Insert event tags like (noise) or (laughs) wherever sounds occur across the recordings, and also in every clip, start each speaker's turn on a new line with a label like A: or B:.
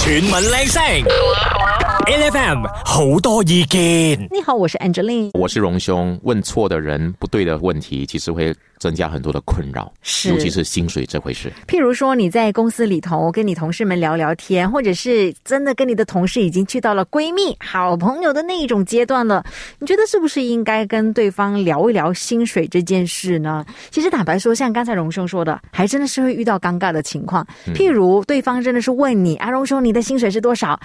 A: 全民靚聲，LFM 好多意見。
B: 你好，我是 Angeline。
C: 我是荣兄，问错的人不对的问题，其实会增加很多的困扰，
B: 是
C: 尤其是薪水这回事。
B: 譬如说你在公司里头跟你同事们聊聊天，或者是真的跟你的同事已经去到了闺蜜、好朋友的那一种阶段了，你觉得是不是应该跟对方聊一聊薪水这件事呢？其实坦白说，像刚才荣兄说的，还真的是会遇到尴尬的情况。
C: 嗯
B: 譬如对方真的是问你啊，荣兄，你的薪水是多少？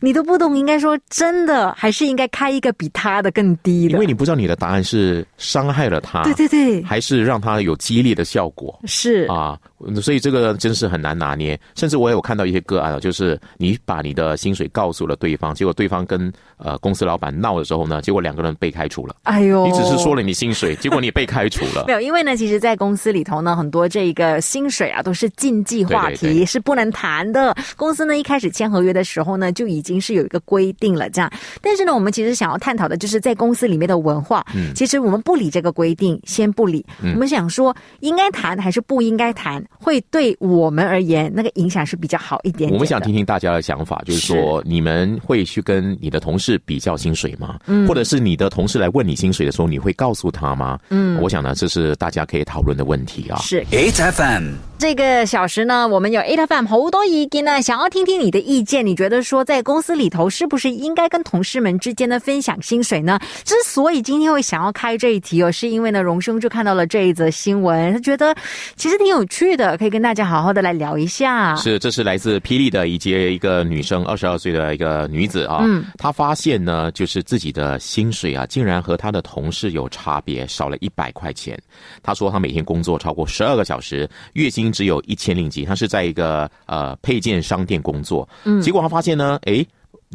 B: 你都不懂，应该说真的，还是应该开一个比他的更低
C: 因
B: 的
C: 为。你啊不知道你的答案是伤害了他，
B: 对对对，
C: 还是让他有激励的效果
B: 是
C: 啊，所以这个真是很难拿捏。甚至我有看到一些个案啊，就是你把你的薪水告诉了对方，结果对方跟呃公司老板闹的时候呢，结果两个人被开除了。
B: 哎呦，
C: 你只是说了你薪水，结果你被开除了
B: 没。有，因为呢，其实，在公司里头呢，很多这个薪水啊都是禁忌话题，
C: 对对对
B: 是不能谈的。公司呢一开始签合约的时候呢，就已经是有一个规定了这样。但是呢，我们其实想要探讨的就是在公司里面的文化。
C: 嗯
B: 其实我们不理这个规定，先不理。我们想说，应该谈还是不应该谈，会对我们而言那个影响是比较好一点点的
C: 我们想听听大家的想法，就是说你们会去跟你的同事比较薪水吗？嗯，或者是你的同事来问你薪水的时候，你会告诉他吗？嗯，我想呢，这是大家可以讨论的问题啊。
B: 是
A: HFM
B: 这个小时呢，我们有 A F M 好多意见呢，想要听听你的意见。你觉得说在公司里头是不是应该跟同事们之间的分享薪水呢？之所以今天会想要开这一题哦，是因为呢，荣兄就看到了这一则新闻，他觉得其实挺有趣的，可以跟大家好好的来聊一下。
C: 是，这是来自霹雳的一节一个女生，二十二岁的一个女子啊。
B: 嗯，
C: 她发现呢，就是自己的薪水啊，竟然和她的同事有差别，少了一百块钱。她说她每天工作超过十二个小时，月薪只有一千令吉。她是在一个呃配件商店工作，嗯，结果她发现呢，诶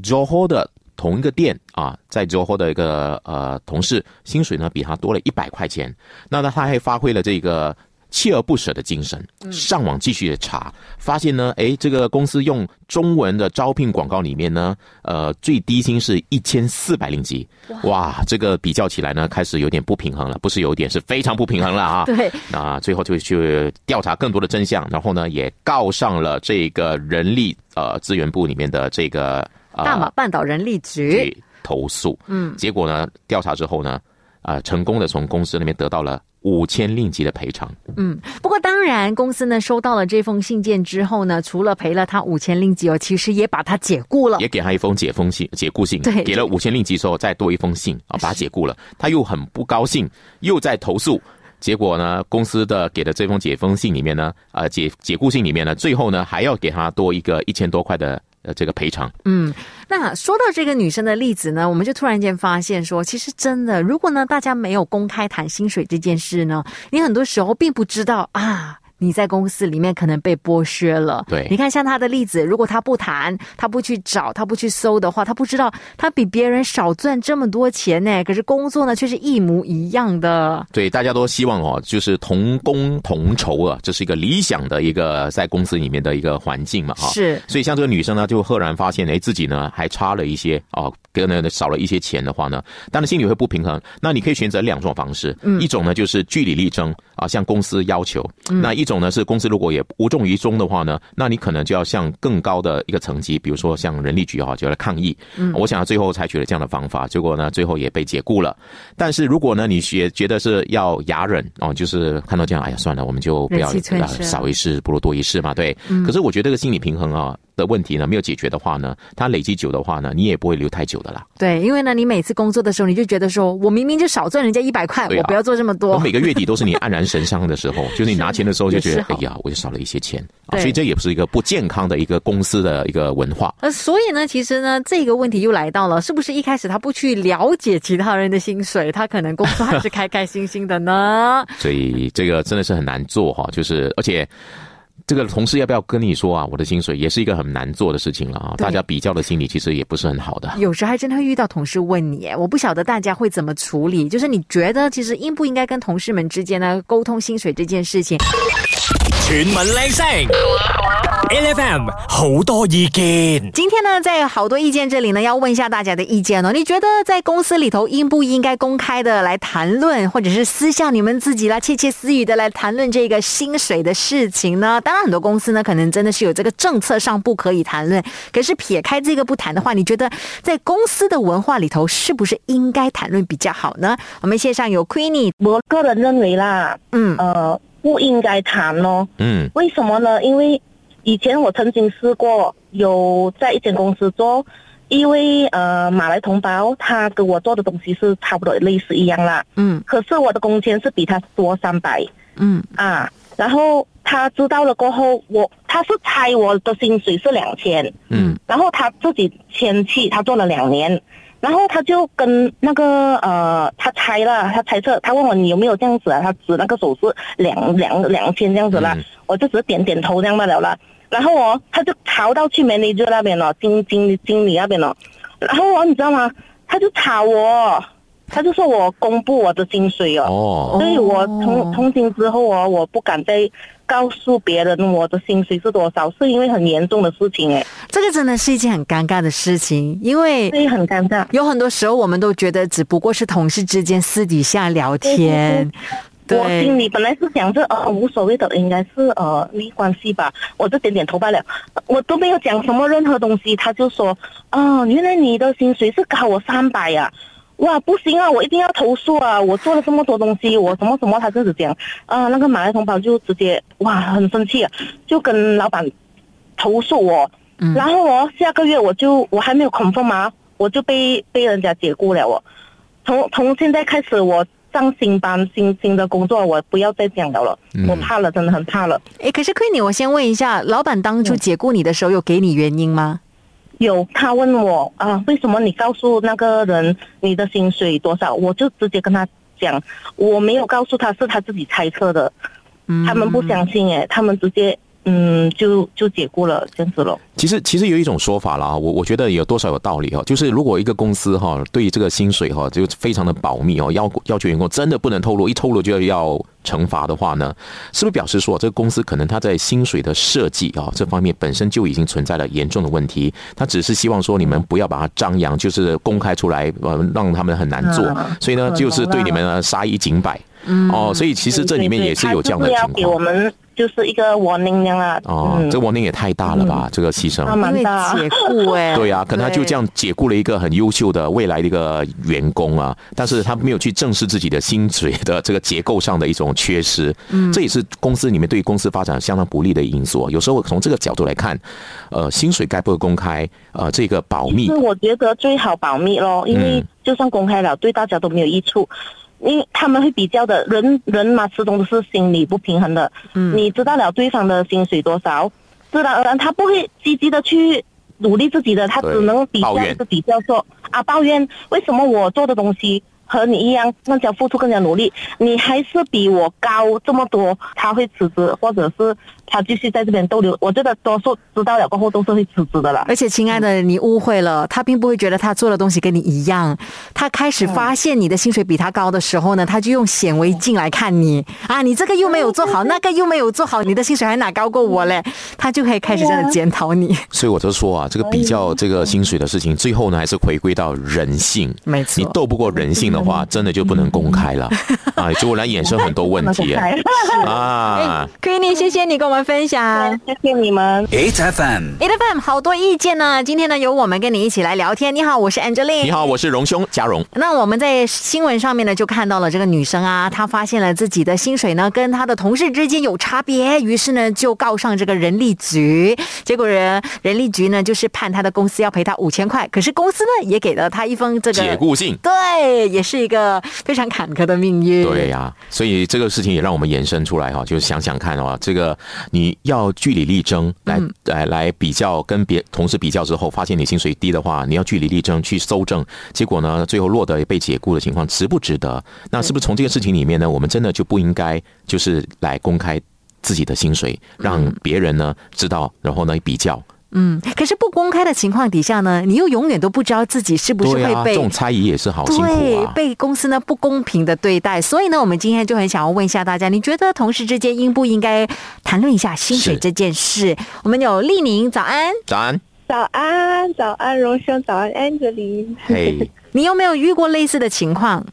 C: j o h o 的。同一个店啊，在 Johor 的一个呃同事，薪水呢比她多了一百块钱。那呢，她还发挥了这个锲而不舍的精神，
B: 嗯
C: 上网继续地查，发现呢，诶，这个公司用中文的招聘广告里面呢，呃，最低薪是一千四百零几，哇，这个比较起来呢，开始有点不平衡了，不是有点，是非常不平衡了啊。
B: 对，
C: 那最后就去调查更多的真相，然后呢，也告上了这个人力呃资源部里面的这个呃
B: 大马半岛人力局，
C: 去投诉。嗯，结果呢，调查之后呢，啊、成功的从公司那边得到了五千令吉的赔偿。
B: 不过当然，公司呢收到了这封信件之后呢，除了赔了他五千令吉哦，其实也把他解雇了。
C: 也给他一封解封信、解雇信，
B: 对
C: 给了五千令吉之后，再多一封信啊，把他解雇了。他又很不高兴，又在投诉。结果呢，公司的给的这封解封信里面呢，呃，解解雇信里面呢，最后呢还要给他多一个一千多块的呃这个赔偿。
B: 那说到这个女生的例子呢，我们就突然间发现说，其实真的，如果呢大家没有公开谈薪水这件事呢，你很多时候并不知道啊。你在公司里面可能被剥削了，
C: 对
B: 你看像她的例子，如果她不谈，她不去找，她不去搜的话，她不知道她比别人少赚这么多钱呢，可是工作呢却是一模一样的。
C: 对，大家都希望哦，就是同工同酬啊，这是一个理想的一个在公司里面的一个环境嘛，哈、
B: 是
C: 所以像这个女生呢，就赫然发现，哎，自己呢还差了一些哦，跟呢少了一些钱的话呢，当然心里会不平衡。那你可以选择两种方式，
B: 嗯
C: 一种呢就是据理力争啊，向公司要求；那一种呢是公司如果也无动于衷的话呢，那你可能就要向更高的一个层级，比如说像人力局哈、就来抗议。
B: 嗯
C: 我想最后采取了这样的方法，结果呢最后也被解雇了。但是如果呢你也觉得是要哑忍哦，就是看到这样，哎呀算了，我们就不要啊
B: 忍气吞声嗯
C: 少一事不如多一事嘛，对。可是我觉得这个心理平衡啊的问题呢，没有解决的话呢，它累积久的话呢，你也不会留太久的啦。
B: 对，因为呢，你每次工作的时候，你就觉得说我明明就少赚人家一百块，
C: 对啊
B: 我不要做这么
C: 我
B: 多。
C: 每个月底都是你黯然神伤的时候，就是你拿钱的时候就觉
B: 也
C: 得
B: 是，
C: 哎
B: 哦
C: 呀，我就少了一些钱啊，
B: 对
C: 所以这也不是一个不健康的一个公司的一个文化。
B: 呃，所以呢，其实呢，这个问题又来到了，是不是一开始他不去了解其他人的薪水，他可能工作还是开开心心的呢？ (laughs)
C: 所以这个真的是很难做哈，就是而且。这个同事要不要跟你说啊？我的薪水也是一个很难做的事情了啊！
B: 对
C: 大家比较的心理其实也不是很好的。
B: 有时还真的会遇到同事问你，我不晓得大家会怎么处理，就是你觉得其实应不应该跟同事们之间呢沟通薪水这件事情？
A: 全民靚聲，LFM 好多意見，
B: 今天呢，在好多意见这里呢，要问一下大家的意见哦。你觉得在公司里头应不应该公开的来谈论，或者是私下你们自己啦窃窃私语的来谈论这个薪水的事情呢？当然，很多公司呢，可能真的是有这个政策上不可以谈论。可是撇开这个不谈的话，你觉得在公司的文化里头，是不是应该谈论比较好呢？我们线上有 Queenie，
D: 我个人认为啦，
B: 嗯
D: 呃，不应该谈咯。
C: 嗯
D: 为什么呢？因为以前我曾经试过有在一间公司做，因为呃马来同胞他跟我做的东西是差不多类似一样啦，
B: 嗯
D: 可是我的工钱是比他多三百
B: 嗯
D: 啊。然后他知道了过后，我他是猜我的薪水是两千，
C: 嗯
D: 然后他自己签去，他做了两年，然后他就跟那个呃，他猜了，他猜测，他问我你有没有这样子啊？他指那个手是两两两千这样子啦，
C: 嗯
D: 我就只是点点头这样罢了啦。然后哦，他就逃到去 manager 那边了，经经理经理那边了，然后哦，你知道吗？他就查我，他就说我公布我的薪水哦。
C: 哦
D: 所以我
B: 哦
D: 从从今之后哦，我不敢再告诉别人我的薪水是多少，是因为很严重的事情哎，
B: 这个真的是一件很尴尬的事情，因为
D: 所以很尴尬。
B: 有很多时候我们都觉得只不过是同事之间私底下聊天，
D: 我心
B: 对。
D: 里本来是想着，呃，无所谓的，应该是呃利益关系吧，我就点点头罢了，呃我都没有讲什么任何东西，他就说，啊、原来你的薪水是高我三百呀。哇，不行啊！我一定要投诉啊！我做了这么多东西，我什么什么，他这样子讲，啊、那个马来同胞就直接哇，很生气，啊就跟老板投诉我，
B: 嗯
D: 然后哦，下个月我就我还没有 confirm 嘛，我就被被人家解雇了哦。从从现在开始，我上新班新新的工作，我不要再讲了了，
C: 嗯
D: 我怕了，真的很怕了。
B: 哎，可是 Queenie，我先问一下，老板当初解雇你的时候有给你原因吗？
D: 有他问我啊，为什么你告诉那个人你的薪水多少？我就直接跟他讲，我没有告诉他，是他自己猜测的。
B: 嗯
D: 他们不相信诶，他们直接嗯就就解雇了，这样子咯。
C: 其实其实有一种说法啦，我我觉得有多少有道理哦。就是如果一个公司哈、对这个薪水哈、就非常的保密哦，要要求员工真的不能透露，一透露就要惩罚的话呢，是不是表示说这个公司可能它在薪水的设计啊、这方面本身就已经存在了严重的问题？他只是希望说你们不要把它张扬，就是公开出来，呃，让他们很难做。
D: 嗯
C: 所以呢，
D: 可能
C: 就是对
D: 啦
C: 你们呢杀一儆百。哦，所以其实这里面也是有这样的
D: 对对嗯
C: 情
D: 对他就是要给我
C: 况。
D: 们就是一个 warning 这样啊。
C: 哦，
D: 嗯
C: 这 warning 也太大了吧，这个牺牲。
D: 他
B: 因
D: 蛮
B: 为
D: 大啊。
B: 解雇哎、
C: 对啊，可能他就这样解雇了一个很优秀的未来的一个员工啊，但是他没有去正视自己的薪水的这个结构上的一种缺失，嗯，这也是公司里面对公司发展相当不利的因素啊。有时候从这个角度来看，呃，薪水该不该公开？呃，这个保密
B: 嗯
D: 是，我觉得最好保密咯，因为
C: 嗯
D: 就算公开了，对大家都没有益处。因为他们会比较的，人人嘛，始终都是心理不平衡的。
B: 嗯
D: 你知道了对方的薪水多少，自然而然他不会积极的去努力自己的，他
C: 对
D: 只能比
C: 抱
D: 较
C: 怨
D: 一个比较说啊，抱怨为什么我做的东西和你一样，更加付出，更加努力，你还是比我高这么多，他会辞职，或者是他继续在这边逗留。我觉得多数知道了过后都是会辞职的啦。
C: 哎
B: 而且，亲爱的，你误会了，他并不会觉得他做的东西跟你一样。他开始发现你的薪水比他高的时候呢，他就用显微镜来看你啊，你这个又没有做好，那个又没有做好，你的薪水还哪高过我嘞？他就可以开始真的检讨你。
C: 所以我就说啊，这个比较这个薪水的事情，最后呢还是回归到人性。
B: 没
C: 你
B: 错，嗯
C: 斗不过人性的话，真的就不能公开
B: (laughs)
C: 了啊，结果来衍生很多问题啊。
B: 哎
C: 啊
B: Queenie，谢谢你跟我们分享。
D: 谢谢你们。
A: ，HFM。
B: A F M 好多意见呢，今天呢由我们跟你一起来聊天。你好，我是 Angeline。
C: 你好，我是荣兄嘉荣。
B: 那我们在新闻上面呢，就看到了这个女生啊，她发现了自己的薪水呢跟她的同事之间有差别，于是呢就告上这个人力局。结果人人力局呢就是判她的公司要赔她五千块，可是公司呢也给了她一封这个
C: 解雇信。
B: 对，也是一个非常坎坷的命运。
C: 对呀、所以这个事情也让我们延伸出来哈、就是想想看哦，这个你要据理力争，来、
B: 嗯
C: 来来比较，跟别同事比较之后，发现你薪水低的话，你要据理力争去搜证，结果呢，最后落得被解雇的情况，值不值得？那是不是从这个事情里面呢，我们真的就不应该就是来公开自己的薪水，让别人呢知道，然后呢比较。
B: 嗯，可是不公开的情况底下呢，你又永远都不知道自己是不是
C: 对
B: 会
C: 啊，这
B: 被、
C: 种猜疑也是好辛苦
B: 对
C: 啊。
B: 被公司呢不公平的对待。所以呢，我们今天就很想要问一下大家，你觉得同事之间应不应该谈论一下薪水
C: 是
B: 这件事？我们有丽宁，早安，
C: 早安，
D: 早安，早安，荣兄，早安，Angeline。
C: 嘿，
B: (laughs) 你有没有遇过类似的情况？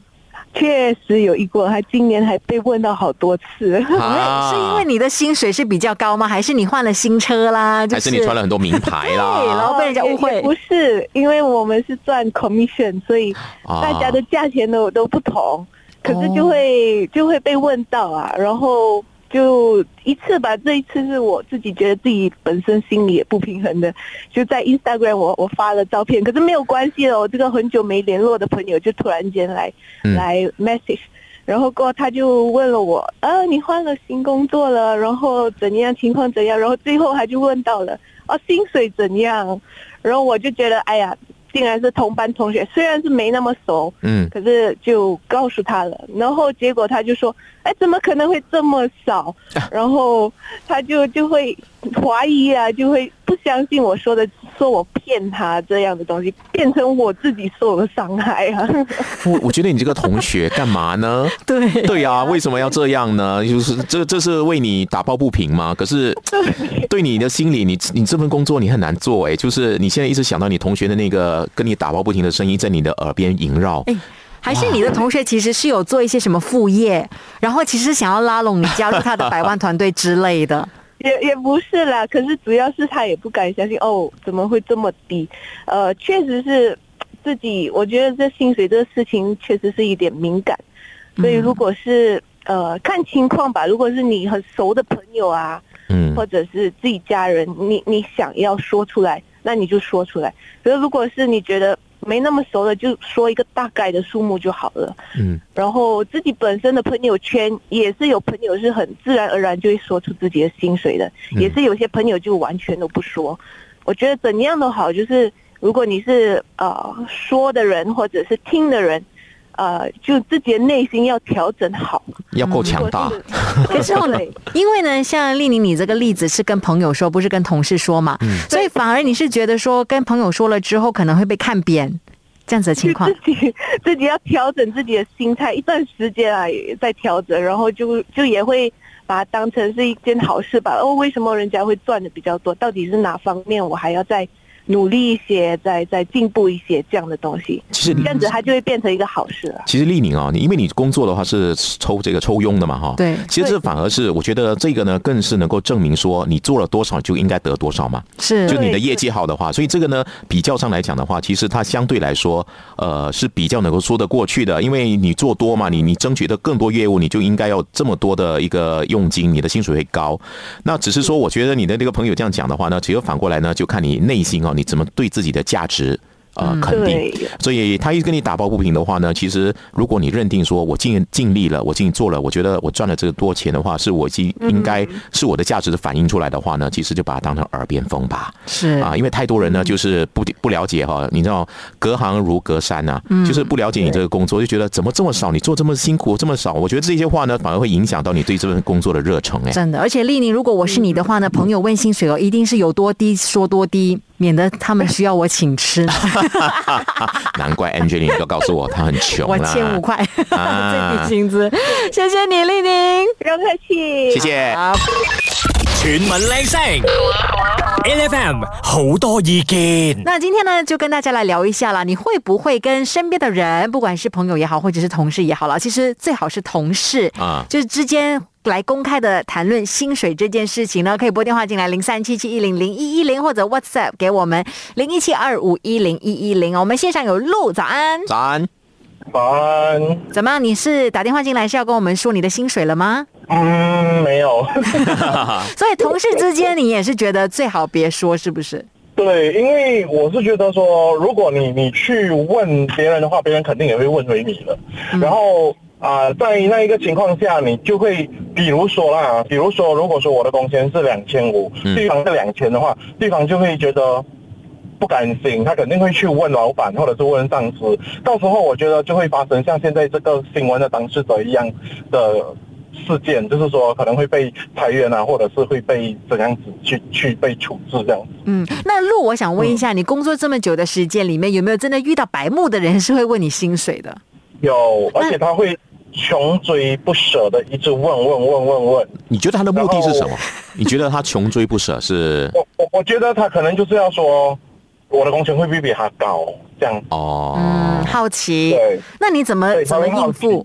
D: 确实有一个，他今年还被问到好多次。
C: 啊
B: 哎是因为你的薪水是比较高吗？还是你换了新车
C: (laughs)
B: 啦？就
C: 还是你穿了很多名牌
B: (laughs) 对然
C: 啦？
B: 后被人家误会
D: 也也不是，因为我们是赚 commission，所以
C: 啊
D: 大家的价钱都都不同，可是
B: 哦
D: 就会、就会被问到啊，然后。就一次吧，这一次是我自己觉得自己本身心里也不平衡的，就在 Instagram 我我发了照片，可是没有关系的，哦我这个很久没联络的朋友就突然间来、
C: 嗯
D: 来 message，然后过后他就问了我，啊，你换了新工作了，然后怎样情况怎样，然后最后他就问到了，啊，薪水怎样？然后我就觉得，哎呀，竟然是同班同学，虽然是没那么熟，
C: 嗯，
D: 可是就告诉他了。然后结果他就说，哎，怎么可能会这么少？然后他就就会怀疑啊，就会不相信我说的，说我骗他这样的东西，变成我自己受了伤害啊。
C: 我我觉得你这个同学
B: (laughs)
C: 干嘛呢？
B: 对啊
C: 对呀、为什么要这样呢？就是这这是为你打抱不平吗？
B: (laughs)
C: 可是对你的心理，你你这份工作你很难做哎、就是你现在一直想到你同学的那个跟你打抱不平的声音在你的耳边萦绕，
B: 哎，还是你的同学其实是有做一些什么副业，然后其实想要拉拢你加入他的百万团队之类的。
D: 也也不是啦，可是主要是他也不敢相信哦，怎么会这么低？呃，确实是自己，我觉得这薪水这个事情确实是一点敏感，所以如果是呃看情况吧，如果是你很熟的朋友啊，
C: 嗯
D: 或者是自己家人，你你想要说出来，那你就说出来。可是如果是你觉得没那么熟的，就说一个大概的数目就好了。
C: 嗯，
D: 然后自己本身的朋友圈也是有朋友是很自然而然就会说出自己的薪水的，
C: 嗯
D: 也是有些朋友就完全都不说。我觉得怎样都好，就是如果你是呃说的人或者是听的人，呃，就自己的内心要调整好。
C: 要够强大
D: 如，
B: 嗯
C: (laughs)
D: 果
B: 可是 (laughs)
D: 是
B: 我
D: (laughs) 对对
B: 因为呢，像丽宁你这个例子是跟朋友说，不是跟同事说嘛，
C: 嗯
B: 所以反而你是觉得说跟朋友说了之后可能会被看扁这样子的情况
D: 就。自己 (laughs) 自己要调整自己的心态，一段时间啊也在调整，然后就就也会把它当成是一件好事吧。哦，为什么人家会赚的比较多？到底是哪方面我还要再努力一些，再再进步一些这样的东西，
C: 其实
D: 这样子它就会变成一个好事了。
C: 其实丽宁啊，你因为你工作的话是抽这个抽佣的嘛，哈。
B: 对，
C: 其实这反而是我觉得这个呢，更是能够证明说你做了多少就应该得多少嘛。就是你的
D: 对
C: 业绩好的话，所以这个呢，比较上来讲的话，其实它相对来说，呃，是比较能够说得过去的，因为你做多嘛，你你争取的更多业务，你就应该要这么多的一个佣金，你的薪水会高。那只是说，我觉得你的那个朋友这样讲的话呢，只有反过来呢，就看你内心哦，你怎么对自己的价值。呃，肯定，
D: 嗯对，
C: 所以他一直跟你打抱不平的话呢，其实如果你认定说我尽尽力了，我尽做了，我觉得我赚了这个多钱的话，是我应
D: 嗯
C: 应该是我的价值的反映出来的话呢，其实就把它当成耳边风吧。
B: 是
C: 啊，因为太多
B: 嗯
C: 人呢就是不不了解哈，你知道隔行如隔山呐、
B: 嗯
C: 就是不了解你这个工作，就觉得怎么这么少，你做这么辛苦这么少，我觉得这些话呢反而会影响到你对这份工作的热忱哎、
B: 真的。而且丽宁，如果我是你的话
C: 嗯
B: 呢，朋友问薪水哦，一定是有多低说多低，免得他们需要我请
C: (laughs)
B: 吃，
C: (laughs) 难怪 Angelina 要告诉我她很穷啊
B: (laughs) 我
C: 啦。
B: 欠五块 (laughs) 这笔
C: 啊
B: 薪资。谢谢你，丽宁。
D: 不要客气，
C: 谢谢。
A: 全民靓声，L F M 好多意见。
B: 那今天呢，就跟大家来聊一下啦。你会不会跟身边的人，不管是朋友也好，或者是同事也好啦，其实最好是同事
C: 啊
B: 就是之间。来公开的谈论薪水这件事情呢，可以拨电话进来零三七七一零零一一零，或者 WhatsApp 给我们零一七二五一零一一零。我们线上有陆，早安，
C: 早安。
E: 早安，
B: 怎么样？你是打电话进来是要跟我们说你的薪水了吗？
E: 嗯，没有，
B: 所以同事之间你也是觉得最好别说，是不是？
E: 对，因为我是觉得说，如果你你去问别人的话，别人肯定也会问回你的。然后啊、在那一个情况下，你就会，比如说啦，比如说，如果说我的工钱是两千五，
C: 嗯
E: 对方是两千的话，对方就会觉得。不甘心，他肯定会去问老板或者是问上司，到时候我觉得就会发生像现在这个新闻的当事者一样的事件，就是说可能会被裁员啊，或者是会被怎样子去去被处置这样子。
B: 嗯，那陆，我想问一下，你工作这么久的时间里面，有没有真的遇到白目的人是会问你薪水的？
E: 有，而且他会穷追不舍的一直问问问问问。
C: 你觉得他的目的是
B: 哦
C: 什么？你觉得他穷追不舍是
E: 我我我觉得他可能就是要说，我的工钱会不会比他高这样子
C: 哦？
B: (laughs) 嗯，好奇
E: 对。
B: 那你怎么
E: 对
B: 怎
E: 他
B: 么
E: 会好
B: 应付？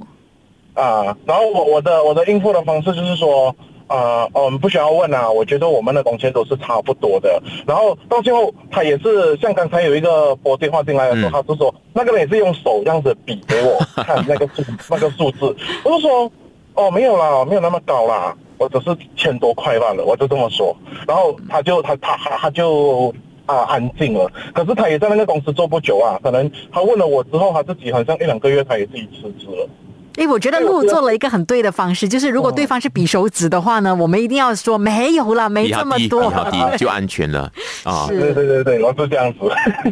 E: 啊？然后我我的我的应付的方式就是说。啊、我们不需要问啊，我觉得我们的工钱都是差不多的。然后到最后，他也是像刚才有一个拨电话进来的时候，
C: 嗯
E: 他就说那个人也是用手这样子比给我看那个数那个数字，我就说哦没有啦，没有那么高啦，我只是千多块罢了，我就这么说。然后他就他他他他就啊安静了。可是他也在那个公司做不久啊，可能他问了我之后，他自己好像一两个月他也自己辞职了。
B: 诶，哎我觉得陆做了一个很对的方式，就是如果对方是比手指的话呢，我们一定要说没有啦，没
C: 比
B: 这
C: 他
B: 么
C: 低，比
B: 多。 (laughs)
C: 他低就安全了啊。
B: 是
E: 对对对对，我是这样子。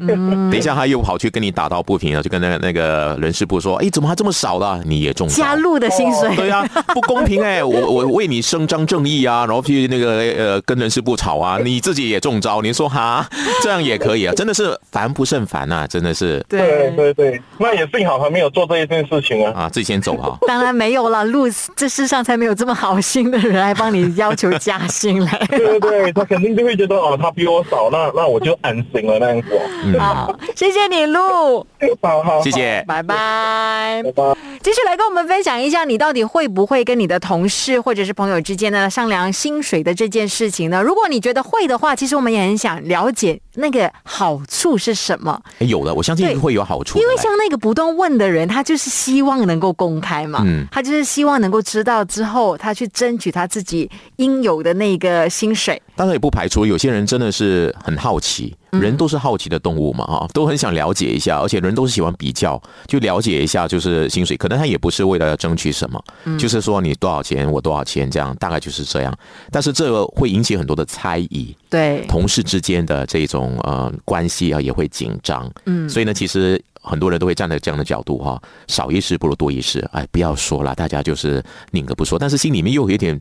C: 等一下他又跑去跟你打道不平了，就跟那个那个人事部说：“哎，怎么他这么少的？你也中招。”
B: 加陆的薪水， (laughs)
C: 对啊，不公平哎、我我为你伸张正义啊，然后去那个呃跟人事部吵啊，你自己也中招，你说哈 (laughs) 这样也可以啊，真的是烦不胜烦啊，真的是
E: 对 (laughs) 对对，那也幸好他没有做这一件事情啊。
C: 啊，自己先走
B: (laughs)
C: 哈。
B: 当然没有了，陆这世上才没有这么好心的人来帮你要求加薪来。
E: 对对对，他肯定就会觉得哦，他比我少，那那我就安心了那样子哦。
B: 好，谢谢你，陆，
E: 好好，
C: 谢谢。
B: 拜拜。
E: 拜拜。
B: 继续来跟我们分享一下，你到底会不会跟你的同事或者是朋友之间呢商量薪水的这件事情呢？如果你觉得会的话，其实我们也很想了解那个好处是什么，
C: 哎有的，我相
B: 对
C: 信会有好处的。
B: 因为
C: 来
B: 像那个不断问的人，他就是希望能够公开嘛，
C: 嗯
B: 他就是希望能够知道之后，他去争取他自己应有的那个薪水。
C: 当然也不排除有些人真的是很好奇，
B: 嗯
C: 人都是好奇的动物嘛，哈，都很想了解一下，而且人都是喜欢比较，就了解一下就是薪水，可能他也不是为了争取什么，
B: 嗯
C: 就是说你多少钱我多少钱这样，大概就是这样。但是这个会引起很多的猜疑，
B: 对，
C: 同事之间的这种呃关系啊也会紧张，嗯，所以呢，其实很多人都会站在这样的角度哈、少一事不如多一事，哎，不要说了，大家就是宁可不说，但是心里面又有一点，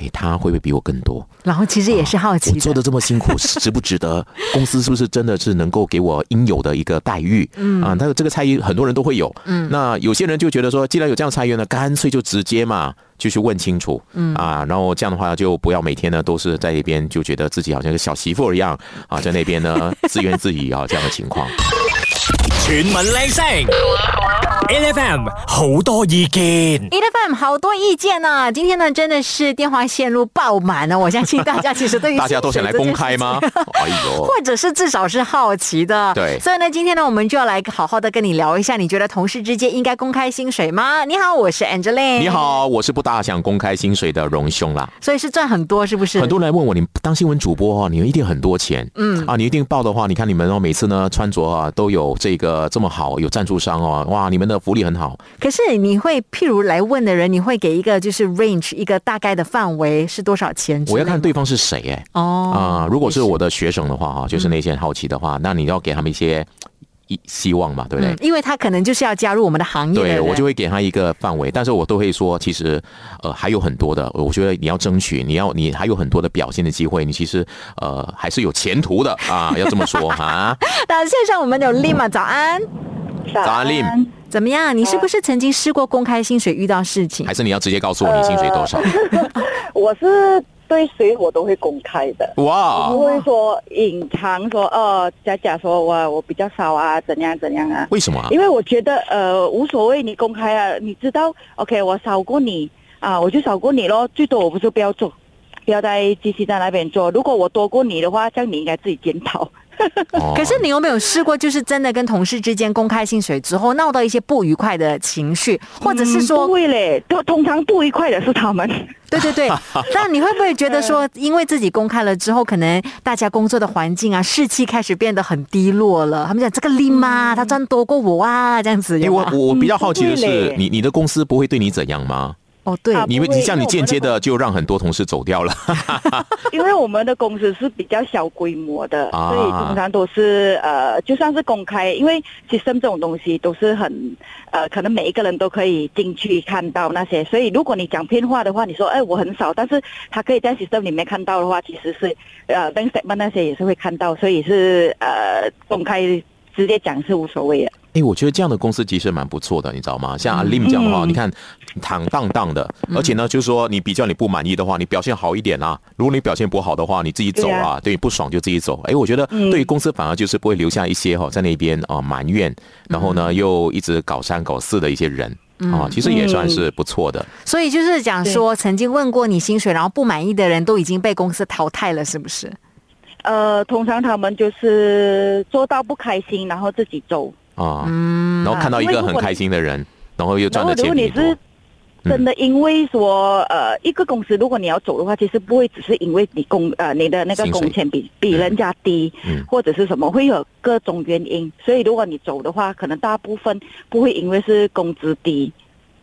C: 哎，他会不会比我更多？
B: 然后其实也是好奇
C: 我做的这么
B: (laughs)
C: 辛苦，是值不值得？公司是不是真的是能够给我应有的一个待遇？嗯啊，那这个猜疑很多人都会有。嗯，那有些人就觉得说，既然有这样猜疑呢，干脆就直接嘛，就去问清楚。嗯啊，然后这样的话就不要每天呢都是在那边就觉得自己好像个小媳妇儿一样啊，在那边
B: (laughs)
C: 呢自怨自艾啊这样的情况。
A: chuyển mình lên sóng, LFM, nhiều ý kiến.
B: E F M 好多意见呢、啊今天呢真的是电话线路爆满啊了，我相信大家其实对于
C: (laughs) 大家都想来公开吗
B: 薪水这件事情？
C: 哎
B: (laughs)
C: 呦，
B: 或者是至少是好奇的，
C: 对
B: 所以呢，今天呢，我们就要来好好的跟你聊一下，你觉得同事之间应该公开薪水吗？你好，我是 Angeline。
C: 你。好，我是不大想公开薪水的荣兄啦。
B: 所以是赚很多，是不是？
C: 很多人来问我，你当新闻主播哦，你一定很多钱，嗯啊，你一定报的话，你看你们哦，每次呢穿着啊都有这个这么好，有赞助商哦，哇，你们的福利很好，
B: 可是你会，譬如来问的人，你会给一个就是 range 一个大概的范围是多少钱之类
C: 我
B: 吗？
C: 要看对方是谁哎
B: 哦
C: 啊、如果是我的学生的话哈，就是那些好奇的话，那你要给他们一些一希望嘛，对不对？
B: 嗯，因为他可能就是要加入我们的行业的人，
C: 对，我就会给他一个范围，但是我都会说，其实呃还有很多的，我觉得你要争取，你要你还有很多的表现的机会，你其实呃还是有前途的啊，要这么说哈。
B: (laughs) 那线上我们有 Lima 早安，
F: 早
C: 安林
B: 怎么样？你是不是曾经试过公开薪水遇到事情
C: 还？是你要直接告诉我你薪水多少？
F: 我是对谁我都会公开的。
C: 哇，
F: 不会说隐藏说哦，假假说我我比较少啊，怎样怎样啊？
C: 为什么啊？
F: 因为我觉得呃无所谓，你公开啊，你知道，OK，我少过你啊，我就少过你咯，最多我不是不要做，不要再继续在那边做。如果我多过你的话，这样你应该自己检讨。
C: 哦
B: 可是你有没有试过，就是真的跟同事之间公开薪水之后，闹到一些不愉快的情绪，或者是
F: 嗯
B: 说
F: 不，会嘞，都通常不愉快的是他们。
B: 对对
C: (laughs)
B: 对，那你会不会觉得说，
C: 嗯
B: 因为自己公开了之后，可能大家工作的环境啊，士气开始变得很低落了？他们讲这个丽妈，她赚多过我啊，这样子
C: 嗯因为
B: 有
C: 我
B: 吗？
C: 我我比较好奇的
F: 嗯不会
C: 是
F: 嘞，
C: 你你的公司不会对你怎样吗？
B: 哦，对，
F: 啊
C: 你因为
F: 不会
C: 你像你间接的就让很多同事走掉了，
F: 因为我们的公司是比较小规模的，
C: 啊
F: 所以通常都是呃，就算是公开，因为其实这种东西都是很呃，可能每一个人都可以进去看到那些。所以如果你讲骗话的话，你说哎我很少，但是他可以在 system 里面看到的话，其实是呃 bank statement 那些也是会看到，所以是呃公开直接讲是无所谓的。
C: (laughs)
F: 嗯
C: 哎，我觉得这样的公司其实蛮不错的，你知道吗？像阿啊 Lim 这样的话，你看坦荡荡的，而且呢，就是说你比较你不满意的话，你表现好一点啊。如果你表现不好的话，你自己走
F: 对嗯
C: 啊，
F: 啊
C: 对，不爽就自己走。哎，我觉得对于公司反而就是不会留下一些哈、在那边啊、埋怨，然后
F: 嗯
C: 呢又一直搞三搞四的一些人啊，其实也算是不错的。
B: 所以就是讲说，曾经问过你薪水，然后不满意的人都已经被公司淘汰了，是不是？
F: 呃，通常他们就是做到不开心，然后自己走。
C: 啊，
F: 嗯
C: 然后看到一个很开心的人，然后又
F: 然
C: 赚
F: 后
C: 的
F: 如
C: 钱
F: 果
C: 比
F: 你
C: 你多
F: 是。真的因为说，呃，一个公司如果你要走的话，其实不会只是因为你工呃你的那个
C: 薪水
F: 工钱比比人家低，
C: 嗯
F: 或者是什么，会有各种原因。所以如果你走的话，可能大部分不会因为是工资低，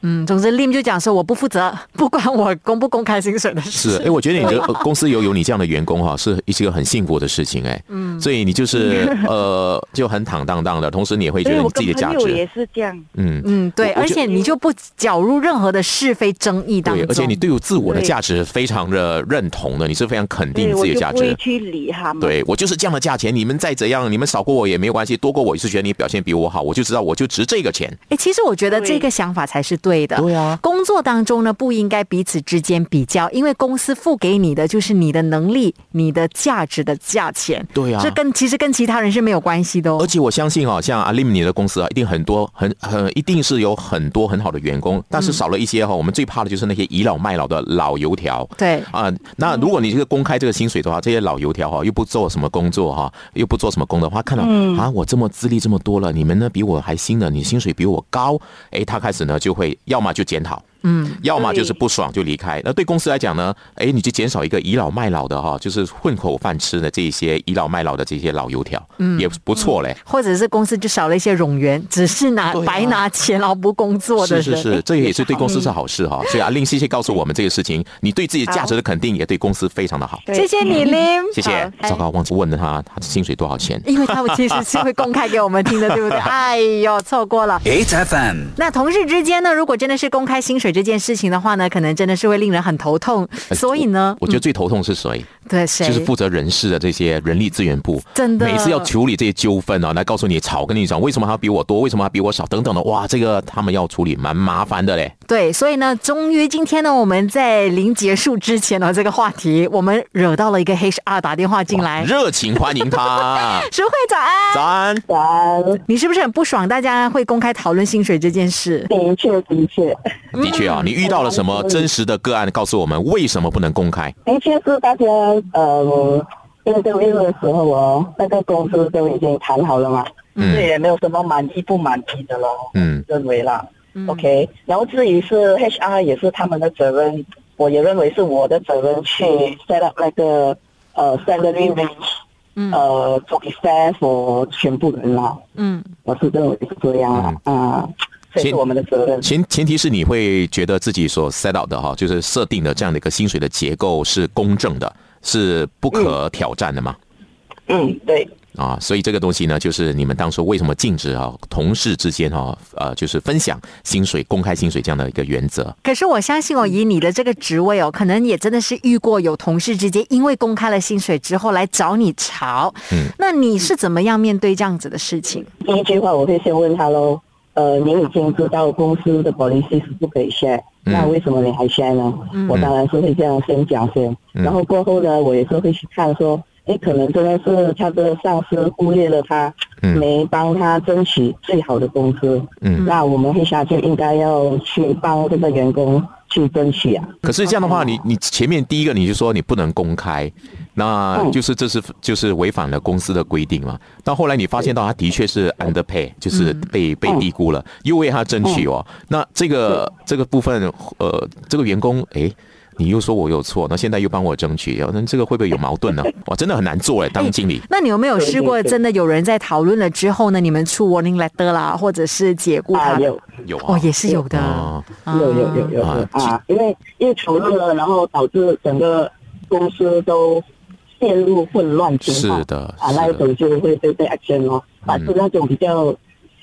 B: 嗯，总之 Lim 就讲说我不负责， (laughs) 不管我公不公开薪水的
C: 是，
B: 事。
C: 哎、我觉得你
F: 啊
C: 的呃公司有有你这样的员工哈、是一个很幸福的事情哎、嗯，所以你就是
F: (laughs)
C: 呃，就很坦荡荡的，同时你也会觉
F: 所以
C: 得你
F: 我
C: 自
F: 跟
C: 己的价
F: 朋友也
C: 值，
F: 是这样。
C: 嗯，
B: 嗯，对，
C: 我我
B: 而
C: 就
B: 且你就不搅入任何的是非争议当
C: 对，
B: 中。
C: 而且你对于自我的
F: 对
C: 价值非常的认同的，你是非常肯定
F: 对，
C: 自
F: 我
C: 己的
F: 就
C: 价
F: 不会
C: 值。
F: 去理他们。
C: 对我就是这样的价钱，你们再怎样，你们少过我也没有关系，多过我也是觉得你表现比我好，我就知道我就值这个钱。
B: 哎，其实我觉得
F: 对
B: 这个想法才是对的。
C: 对啊
B: 工作当中呢，不应该彼此之间比较，因为公司付给你的就是你的能力、你的价值的价钱。
C: 对啊
B: 这跟其实跟其他人是没有关系的哦
C: 而。且我相信哦，像阿 Lim 你的公司啊，一定很多很很一定是有很多很好的员工，但是少了一些哈、哦我们最怕的就是那些倚老卖老的老油条。
B: 对
C: 啊、那如果你这个公开这个薪水的话，这些老油条哈、又不做什么工作哈、又不做什么工的话，看到、啊我这么资历这么多了，你们呢比我还新呢，你薪水比我高，哎，他开始呢就会要么就检讨。嗯，要么就是不爽就离开。那对公司来讲呢，哎，你就减少一个倚老卖老的哈、就是混口饭吃的这一些倚老卖老的这些老油条，嗯，也不错嘞。
B: 或者是公司就少了一些冗员，只是拿、
C: 对啊
B: 白拿钱然后不工作的
C: 是
B: 人。
C: 是是，这也是对公司是
B: 好。
C: 好嗯事哈、所以阿令谢谢告诉我们这个事情，你对自己的价值的肯定也对公司非常的好。
F: 对
B: 谢谢你，Lim。
C: 嗯
B: 哎
C: 谢谢。糟糕，忘记问了他，他薪水多少钱？
B: 因为他们其实是会公开给我们听的，对
C: (laughs)
B: 不对？哎呦，错过了。
A: ，8FM，
B: 那同事之间呢，如果真的是公开薪水这件事情的话呢，可能真的是会令人很头痛。
C: 哎
B: 所以呢，
C: 呃我觉得最头痛是谁？
B: 对谁
C: 就是负责人事的这些人力资源部，
B: 真的
C: 每次要处理这些纠纷啊，来告诉你吵，跟你讲为什么他比我多，为什么他比我少，等等的，哇，这个他们要处理蛮麻烦的嘞。
B: 对，所以呢，终于今天呢，我们在临结束之前呢，这个话题我们惹到了一个 HR 打电话进来，
C: 热情欢迎
B: (laughs)
C: 他，
B: 石慧早安，
C: 早安。
D: 然，
B: 你是不是很不爽？大家会公开讨论薪水这件事？
D: 的确的确，
C: 的确
B: 嗯
C: 啊，你遇到了什么真实的个案，告诉我们为什么不能公开？
D: 的确是哎大家呃。因为因为的时候哦，那个公司都已经谈好了嘛，
C: 嗯
D: 所以也没有什么满意不满意的咯。
C: 嗯，
D: 认为啦。OK，然后
B: 嗯
D: 至于是 HR 也是他们的责任，我也认为是我的责任去 set up 那个呃 salary range，、
B: 嗯
D: 呃，to be fair for 全部人啦，
B: 嗯，
D: 我是认为是这样啦啊，这、
C: 嗯其
D: 是我们的责任。
C: 前前提是你会觉得自己所 set out 的哈，就是设定的这样的一个薪水的结构是公正的，是不可挑战的嘛？
D: 嗯，对，
C: 啊，所以这个东西呢，就是你们当初为什么禁止啊同事之间哈、呃就是分享薪水、公开薪水这样的一个原则。
B: 可是我相信哦，以你的这个职位哦，可能也真的是遇过有同事直接因为公开了薪水之后来找你吵，
C: 嗯，
B: 那你是怎么样面对这样子的事情？
D: 第一句话我会先问他喽，呃，你已经知道公司的 policy 是不可以 share，、
C: 嗯
D: 那为什么你还 share 呢？我当然是会这样先讲先，
C: 嗯
D: 然后过后呢，我也是会去看说，哎，可能真的是他的上司忽略了他，
C: 嗯
D: 没帮他争取最好的工资，
C: 嗯
D: 那我们 HR 就应该要去帮这个员工去争取啊。
C: 可是这样的话，你你前面第一个你就说你不能公开，那
D: 嗯
C: 就是这是就是违反了公司的规定嘛。到后来你发现到他的确是 underpay，就是
B: 嗯
C: 被被低估了，又为他争取哦。那这个这个部分，呃，这个员工诶，你又说我有错，那现在又帮我争取，哦那这个会不会有矛盾呢？哇，真的很难做哎，当经理。
B: 那你有没有试过
E: 对对对
B: 真的有人在讨论了之后呢？你们出 warning letter 啦，或者是解雇他
D: 啊，
B: 们？
D: 有
C: 有啊，
B: 哦，也是有的。
C: 哦
B: 啊
D: 有有有有
C: 啊
D: 啊，因为因为丑陋了，然后导致整个公司都陷入混乱情况。
C: 是的
D: 啊，
C: 是的嗯
D: 那一种就会被被 action 咯。反正那种比较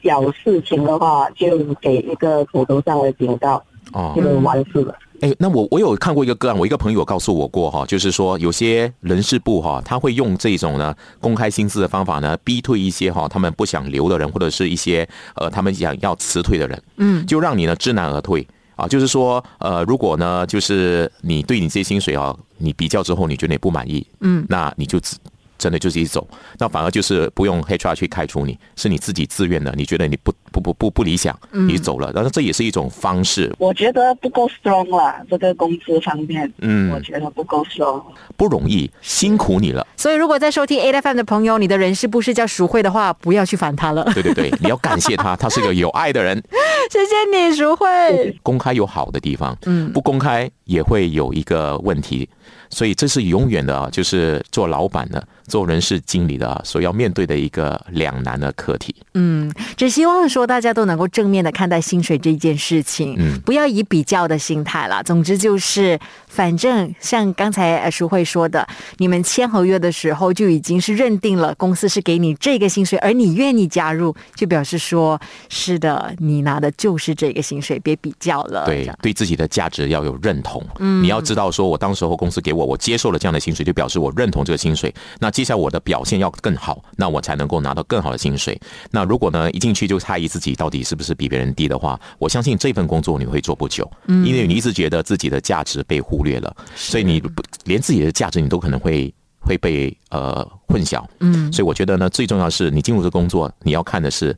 D: 小事情的话，就给一个口头上的警告，
C: 哦
D: 就完事了。
C: 哎，那我我有看过一个个案，我一个朋友告诉我过哈，就是说有些人事部哈，他会用这种呢公开薪资的方法呢，逼退一些哈他们不想留的人，或者是一些呃他们想要辞退的人，
B: 嗯，
C: 就让你呢知难而退啊。就是说呃，如果呢就是你对你这些薪水啊，你比较之后你觉得你不满意，
B: 嗯，
C: 那你就只真的就自己走，那反而就是不用 HR 去开除你，是你自己自愿的，你觉得你不不不不不理想，
B: 嗯
C: 你走了，然后这也是一种方式，
D: 我觉得不够 strong 啦，这个公司方面，
C: 嗯
D: 我觉得不够 strong。
C: 不容易，辛苦你了。
B: 所以如果在收听 A F M 的朋友，你的人事部是叫淑慧的话，不要去烦他了。
C: 对对对，你要感谢他，他是个有爱的人。
B: (laughs) 谢谢你，淑慧。
C: 公开有好的地方，
B: 嗯
C: 不公开也会有一个问题，所以这是永远的啊，就是做老板的、做人事经理的啊所要面对的一个两难的课题。
B: 嗯， (laughs) 只希望说大家都能够正面的看待薪水这件事情，
C: 嗯
B: 不要以比较的心态啦。总之就是，反正像刚才呃淑慧说的，你们签合约的时候就已经是认定了公司是给你这个薪水，而你愿意加入，就表示说是的，你拿的就是这个薪水，别比较了。这
C: 对
B: 样，
C: 对自己的价值要有认同。嗯，你要知道，说我当时候公司给我，我接受了这样的薪水，就表示我认同这个薪水。那接下来我的表现要更好，那我才能够拿到更好的薪水。那如果呢，一进去就猜疑自己到底是不是比别人低的话，我相信这份工作你会做不久，嗯、因为你一直觉得自己的价值被忽略了，所以你不连自己的价值你都可能会。会被呃混淆，嗯，所以我觉得呢，最重要的是你进入这工作，你要看的是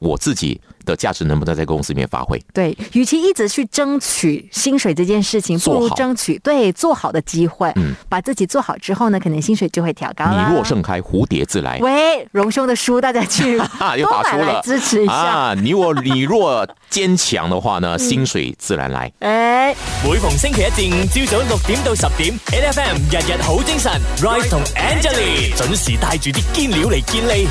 C: 我自己的价值能不能在公司里面发挥，
B: 对，与其一直去争取薪水这件事情，不
C: 做
B: 如
C: 好
B: 争取对做好的机会。嗯，把自己做好之后呢，可能薪水就会调高啦。
C: 你若盛开，蝴蝶自来。
B: 喂，荣兄的书大家去
C: 啊， (laughs) 又
B: 购
C: 打
B: 买
C: 出了
B: 来支持一下。嗯
C: 啊！你我你若坚强的话呢，薪水自然来。
B: 哎、
A: 每逢星期一至五朝早六點到十點，N F M 日日好精神，Rise 同 Angelie 準時帶住啲堅料嚟健利。